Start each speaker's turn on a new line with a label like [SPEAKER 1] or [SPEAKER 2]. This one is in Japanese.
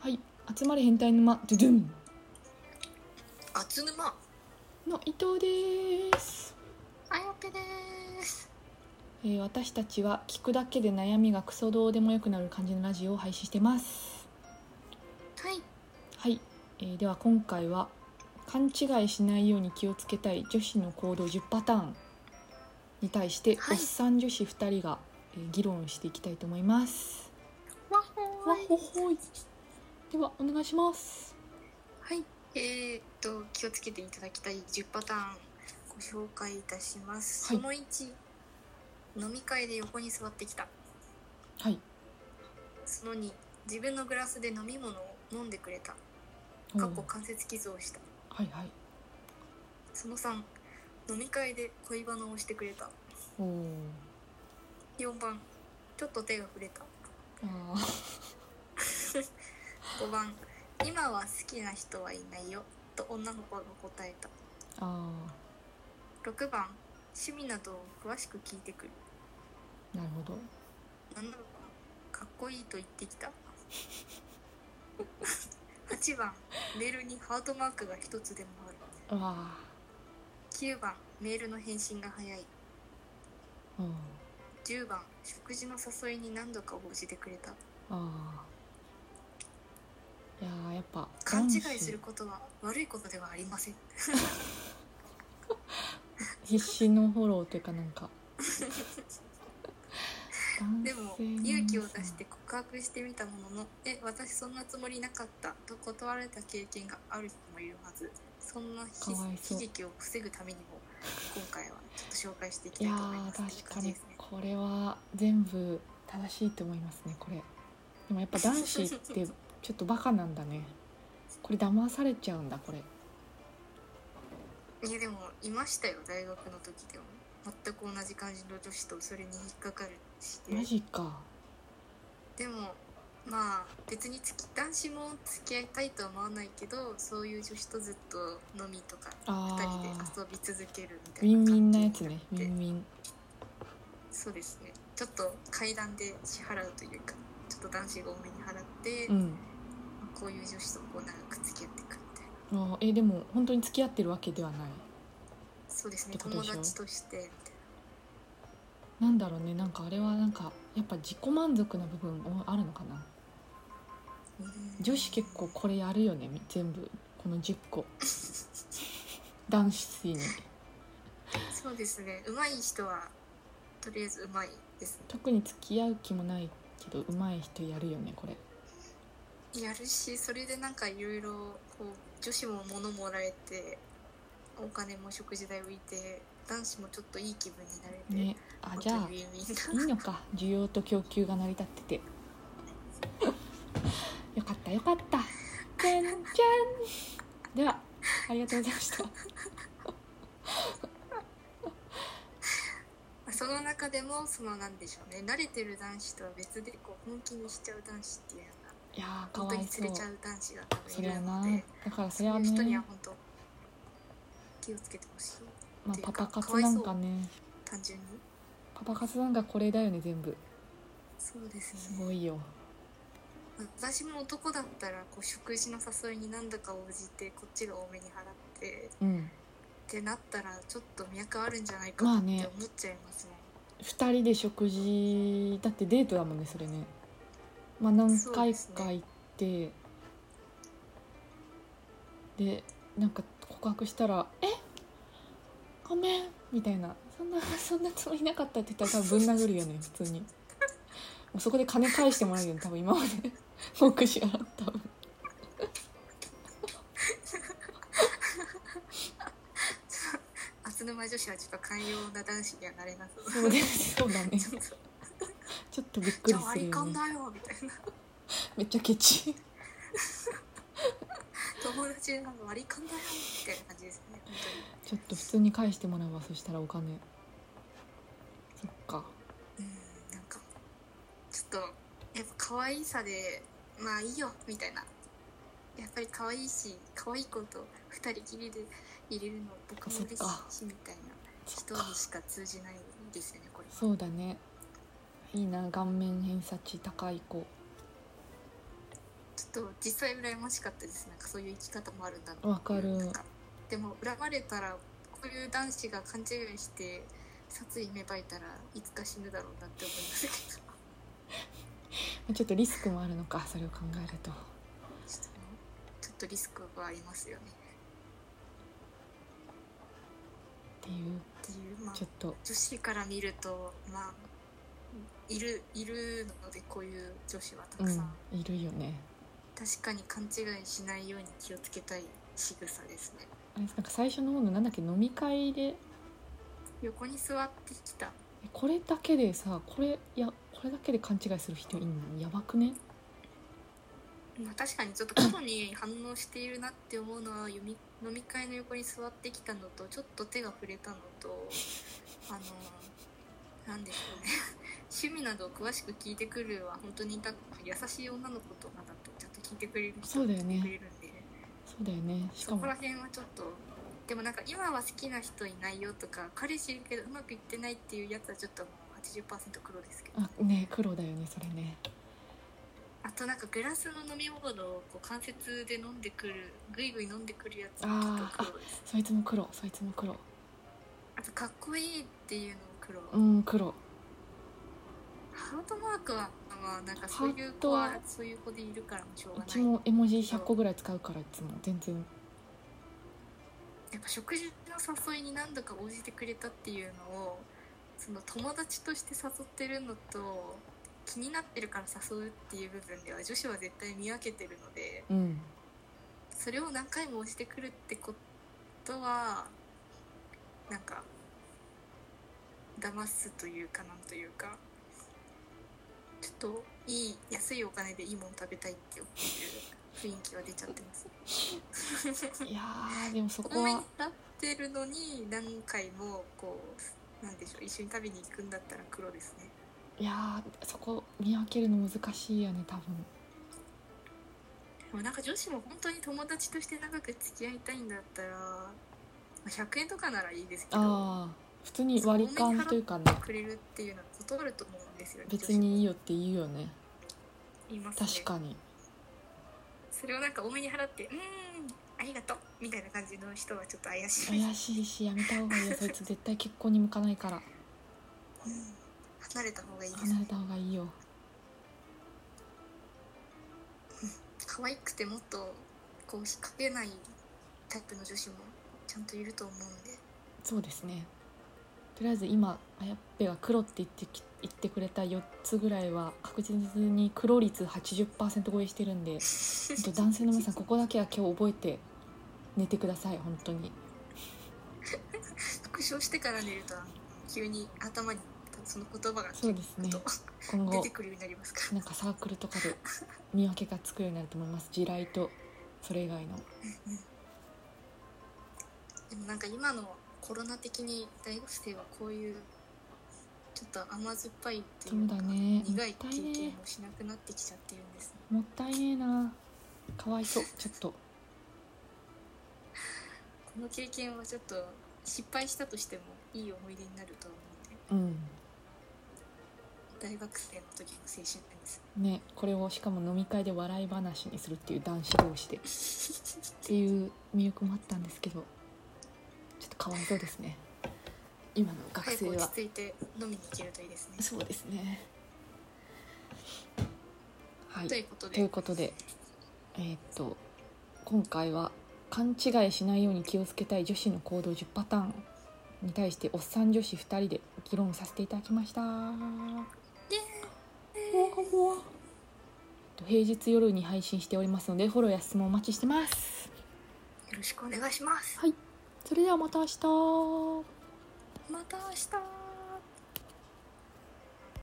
[SPEAKER 1] はい集まれ変態沼ドゥドゥン
[SPEAKER 2] あつぬま
[SPEAKER 1] の伊藤です、
[SPEAKER 2] あやぺです
[SPEAKER 1] えー私たちは聞くだけで悩みがクソどうでもよくなる感じのラジオを配信してます
[SPEAKER 2] はい
[SPEAKER 1] はい、えーでは今回は勘違いしないように気をつけたい女子の行動10パターンに対して、
[SPEAKER 2] はい
[SPEAKER 1] おっさん女子2人が、えー議論していきたいと思います
[SPEAKER 2] わほ
[SPEAKER 1] わ
[SPEAKER 2] ーい
[SPEAKER 1] ほほいではお願いします
[SPEAKER 2] はいえー、っと気をつけていただきたい10パターンご紹介いたします、
[SPEAKER 1] はい
[SPEAKER 2] その1飲み会で横に座ってきた
[SPEAKER 1] はい
[SPEAKER 2] その2自分のグラスで飲み物を飲んでくれた
[SPEAKER 1] お
[SPEAKER 2] かっこ
[SPEAKER 1] ー
[SPEAKER 2] 関節傷をした
[SPEAKER 1] はいはい
[SPEAKER 2] その3飲み会で恋バナをしてくれた
[SPEAKER 1] おー
[SPEAKER 2] 4番ちょっと手が触れた
[SPEAKER 1] あー
[SPEAKER 2] 5番今は好きな人はいないよと女の子が答えた
[SPEAKER 1] あ
[SPEAKER 2] 6番趣味などを詳しく聞いてくる
[SPEAKER 1] ーなるほど
[SPEAKER 2] 7番かっこいいと言ってきた 8番メールにハートマークが1つでもある
[SPEAKER 1] うわ
[SPEAKER 2] 9番メールの返信が早い
[SPEAKER 1] ーうん
[SPEAKER 2] 10番食事の誘いに何度か応じてくれた
[SPEAKER 1] ああいやーやっぱ
[SPEAKER 2] 勘違い
[SPEAKER 1] 男子
[SPEAKER 2] することは悪いことではありません
[SPEAKER 1] 必死のフォローというかなんか男
[SPEAKER 2] で
[SPEAKER 1] 性
[SPEAKER 2] も
[SPEAKER 1] の
[SPEAKER 2] 勇気を出して告白してみたものの「え私そんなつもりなかった」と断られた経験がある人もいるはずそんな
[SPEAKER 1] か
[SPEAKER 2] 悲
[SPEAKER 1] わいそう
[SPEAKER 2] 悲劇を防ぐためにも今回はちょっと紹介していき
[SPEAKER 1] い
[SPEAKER 2] たい
[SPEAKER 1] や
[SPEAKER 2] と思いま
[SPEAKER 1] ー
[SPEAKER 2] すっていう
[SPEAKER 1] 確か
[SPEAKER 2] 感じ
[SPEAKER 1] に
[SPEAKER 2] ですね
[SPEAKER 1] これは全部正しいと思いますねこれでもやっぱ男子 ってちょっとバカなんだねこれ騙されちゃうんだこれ
[SPEAKER 2] いやでもいましたよ大学の時でも全く同じ感じの女子とそれに引っかかるして
[SPEAKER 1] マジか
[SPEAKER 2] でもまあ別につき男子も付き合いたいとは思わないけどそういう女子とずっと飲みとか2人で
[SPEAKER 1] あー
[SPEAKER 2] 遊び続けるみた
[SPEAKER 1] ウ
[SPEAKER 2] い
[SPEAKER 1] ィン
[SPEAKER 2] な
[SPEAKER 1] ウィン
[SPEAKER 2] 感じ
[SPEAKER 1] なや
[SPEAKER 2] にな
[SPEAKER 1] つねウ
[SPEAKER 2] って
[SPEAKER 1] ィンウィン
[SPEAKER 2] そうですねちょっと階段で支払うというかちょっと男子が多めに払って、
[SPEAKER 1] うん
[SPEAKER 2] こういう女子とこう長く付き合っていくみたいな
[SPEAKER 1] あーえでも本当に付き合ってるわけではない
[SPEAKER 2] そうです
[SPEAKER 1] って
[SPEAKER 2] ね
[SPEAKER 1] こと
[SPEAKER 2] 友
[SPEAKER 1] でしょ
[SPEAKER 2] 達としてみたい
[SPEAKER 1] なんだろうねなんかあれはなんかやっぱ自己満足な部分もあるのかな
[SPEAKER 2] なうん
[SPEAKER 1] 女子結構これやるよねみ全部この10個 男子に
[SPEAKER 2] そうですね上手い人はとりあえず上手いです
[SPEAKER 1] 特に付き合う気もないけど上手い人やるよねこれ
[SPEAKER 2] ねやるしそれでなんかいろいろこう女子も物もらえてお金も食事代浮いて男子もちょっといい気分になれて、
[SPEAKER 1] ねあ
[SPEAKER 2] 本
[SPEAKER 1] じ
[SPEAKER 2] 当
[SPEAKER 1] ゃあ
[SPEAKER 2] にウィンウィン
[SPEAKER 1] いいのか需要と供給が成り立って てよかったよかったじゃんじゃんではありがとうございました
[SPEAKER 2] その中でもそのなんでしょうね慣れてる男子とは別でこう本気にしちゃう男子っていうのが
[SPEAKER 1] いやーか
[SPEAKER 2] 本
[SPEAKER 1] わ
[SPEAKER 2] 当
[SPEAKER 1] い
[SPEAKER 2] に
[SPEAKER 1] そ
[SPEAKER 2] 連
[SPEAKER 1] う
[SPEAKER 2] れちゃう男子が多
[SPEAKER 1] そ
[SPEAKER 2] 分
[SPEAKER 1] れ
[SPEAKER 2] いる
[SPEAKER 1] はな
[SPEAKER 2] ので
[SPEAKER 1] だからそ
[SPEAKER 2] そう
[SPEAKER 1] れ
[SPEAKER 2] い
[SPEAKER 1] は
[SPEAKER 2] う人に
[SPEAKER 1] ね
[SPEAKER 2] は、本当気をつけてほしい
[SPEAKER 1] まあ
[SPEAKER 2] て、いう
[SPEAKER 1] パ
[SPEAKER 2] か
[SPEAKER 1] パ活なんかね
[SPEAKER 2] 単純に
[SPEAKER 1] パパ活なんかこれだよね全部
[SPEAKER 2] そうです
[SPEAKER 1] す
[SPEAKER 2] ね
[SPEAKER 1] ごいよ
[SPEAKER 2] 私も男だったらこう食事の誘いに何だか応じてこっちが多めに払って
[SPEAKER 1] うん
[SPEAKER 2] ってなったらちょっと脈あるんじゃないかなって
[SPEAKER 1] まあ
[SPEAKER 2] 思
[SPEAKER 1] ね
[SPEAKER 2] っちゃいますね,、
[SPEAKER 1] 2人で食事だってデートだもんねそれねまあ何回か行ってで,、なんか告白したら「えごめん」みたいな「そんな そんなつもりなかった」って言ったら多分ぶん殴るよね普通にもうそこで金返してもらうよね多分今まで 目視払った分
[SPEAKER 2] 厚沼女子はちょっと寛容な男子にはなれなそう
[SPEAKER 1] そうですそうだね
[SPEAKER 2] ちょっと
[SPEAKER 1] ちょっとびっく
[SPEAKER 2] じ
[SPEAKER 1] り
[SPEAKER 2] ゃあ
[SPEAKER 1] する
[SPEAKER 2] 割り
[SPEAKER 1] よ
[SPEAKER 2] 勘
[SPEAKER 1] ね
[SPEAKER 2] だよみたいな
[SPEAKER 1] めっちゃケチ
[SPEAKER 2] 友達なんか割り勘だよみたいな感じですね本
[SPEAKER 1] ちょっと普通に返してもらうわそしたらお金そっか
[SPEAKER 2] 当にうんなんかちょっとやっぱ可愛さでまあいいよみたいなやっぱり可愛いし可愛いこと二人きりで入れるの僕も嬉
[SPEAKER 1] そっか
[SPEAKER 2] しいしみたいな
[SPEAKER 1] そっ
[SPEAKER 2] 人
[SPEAKER 1] か
[SPEAKER 2] にしか通じないですよねこれ
[SPEAKER 1] そうだねいいな顔面偏差値高い子
[SPEAKER 2] ちょっと実際羨ましかったですなんかそういう生き方もあるんだなっていう
[SPEAKER 1] わかる
[SPEAKER 2] なんかでも恨まれたらこういう男子が勘違いして殺意芽生えたらいつか死ぬだろうなって思いますけど
[SPEAKER 1] ちょっとリスクもあるのかそれを考えると
[SPEAKER 2] ちょっとちょっとリスクはありますよね
[SPEAKER 1] っていう
[SPEAKER 2] っていうまあ
[SPEAKER 1] ちょっと
[SPEAKER 2] 女子から見るとまあいるいるのでこういう女子はた
[SPEAKER 1] う
[SPEAKER 2] くさん、
[SPEAKER 1] んいるよね
[SPEAKER 2] 確かに勘違いしないように気をつけたい仕草ですね
[SPEAKER 1] あれなんか最初の方のなんだっけ飲み会で
[SPEAKER 2] 横に座ってきた
[SPEAKER 1] えこれだけでさこれいやこれだけで勘違いする人いんのやばくね
[SPEAKER 2] まあ、確かにちょっと過去に反応しているなって思うの は読み飲み会の横に座ってきたのとちょっと手が触れたの とあのなんでしょうね 趣味などを詳しく聞いてくるは本当にた優しい女の子とかだとちゃんと聞いてくれる人
[SPEAKER 1] そうだよね
[SPEAKER 2] 聞いてくれるんで
[SPEAKER 1] そうだよねし
[SPEAKER 2] そ
[SPEAKER 1] かも
[SPEAKER 2] こら辺はちょっとでもなんか今は好きな人いないよとか彼氏いるけどうまくいってないっていうやつはちょっともう80%黒ですけど
[SPEAKER 1] あね黒だよねそれね
[SPEAKER 2] あとなんかグラスの飲み物をこう関節で飲んでくるぐいぐい飲んでくるやつ
[SPEAKER 1] あー
[SPEAKER 2] もちょっと黒です
[SPEAKER 1] そいつも黒そいつも黒
[SPEAKER 2] あとかっこいいっていうのも黒、
[SPEAKER 1] うん黒
[SPEAKER 2] ハートマークはまあなんかそういう子
[SPEAKER 1] ハー
[SPEAKER 2] は
[SPEAKER 1] ト
[SPEAKER 2] そういう子でいるからもしょう
[SPEAKER 1] う
[SPEAKER 2] が
[SPEAKER 1] ち
[SPEAKER 2] ない
[SPEAKER 1] も絵文字100個ぐらい使うからいつも全然
[SPEAKER 2] やっぱ食事の誘いに何度か応じてくれたっていうのをその友達として誘ってるのと気になってるから誘うっていう部分では女子は絶対見分けてるので
[SPEAKER 1] うん
[SPEAKER 2] それを何回も応じてくるってことはなんか騙すというかなんというかちょっといい安いお金でいいもの食べたいっていう雰囲気は出ちゃってます。
[SPEAKER 1] いやーでもそこ
[SPEAKER 2] 多めに
[SPEAKER 1] は
[SPEAKER 2] なってるのに何回もこうなんでしょう一緒に食べに行くんだったら黒ですね
[SPEAKER 1] いやーそこ見分けるの難しいよね多分
[SPEAKER 2] でもなんか女子も本当に友達として長く付き合いたいんだったら、まあ100円とかならいいですけど
[SPEAKER 1] ああ普通に割り勘というかね
[SPEAKER 2] くれるっていうのは断ると思うんですよね
[SPEAKER 1] 別にいい
[SPEAKER 2] よ
[SPEAKER 1] よって言うよね
[SPEAKER 2] いますね
[SPEAKER 1] 確かに
[SPEAKER 2] それをなんか多めに払ってうーんありがとうみたいな感じの人はちょっと怪しい、うん、
[SPEAKER 1] 怪しいしやめた方がいいよそいつ絶対結婚に向かないから
[SPEAKER 2] 離れた方がいいです
[SPEAKER 1] 離れた方がいいよ
[SPEAKER 2] 可愛くてもっとこう引っ掛けないタイプの女子もちゃんといると思うんで
[SPEAKER 1] そうですねとりあえず今あやっぺが黒って言ってき言ってくれた4つぐらいは確実に黒率80%超えしてるん でほんと男性の皆さんここだけは今日覚えて寝てください本当に
[SPEAKER 2] 復唱してから寝ると急に頭にその言葉が
[SPEAKER 1] そうですね
[SPEAKER 2] ちょっ
[SPEAKER 1] 今
[SPEAKER 2] と出
[SPEAKER 1] 後
[SPEAKER 2] てくるようになりますから
[SPEAKER 1] なんかサークルとかで見分けがつくようになると思います地雷とそれ以外の
[SPEAKER 2] でもなんか今のコロナ的に大学生はこういうちょっと甘酸っぱいっていうか
[SPEAKER 1] そうだね
[SPEAKER 2] 苦い
[SPEAKER 1] もった
[SPEAKER 2] 経
[SPEAKER 1] いね
[SPEAKER 2] 験をしなくなってきちゃってるんですね
[SPEAKER 1] もったいねえなかわいそうちょっと
[SPEAKER 2] この経験はちょっと失敗したとしてもいい思い出になると思
[SPEAKER 1] うん
[SPEAKER 2] うんで大学生の時の青春なんです
[SPEAKER 1] ねこれをしかも飲み会で笑い話にするっていう男子同士でっていう魅力もあったんですけどちょっとかわいそうですね今の学
[SPEAKER 2] 早く
[SPEAKER 1] 生
[SPEAKER 2] 落ち
[SPEAKER 1] は
[SPEAKER 2] 着いて飲みに行けるといいですね
[SPEAKER 1] そうですねはい
[SPEAKER 2] ということで
[SPEAKER 1] ということでえーっと今回は勘違いしないように気をつけたい女子の行動10パターンに対しておっさん女子2人で議論をさせていただきましたえっと平日夜に配信しておりますのでフォローや質問お待ちしてます
[SPEAKER 2] よろしくお願いします
[SPEAKER 1] それではまた明日
[SPEAKER 2] また明日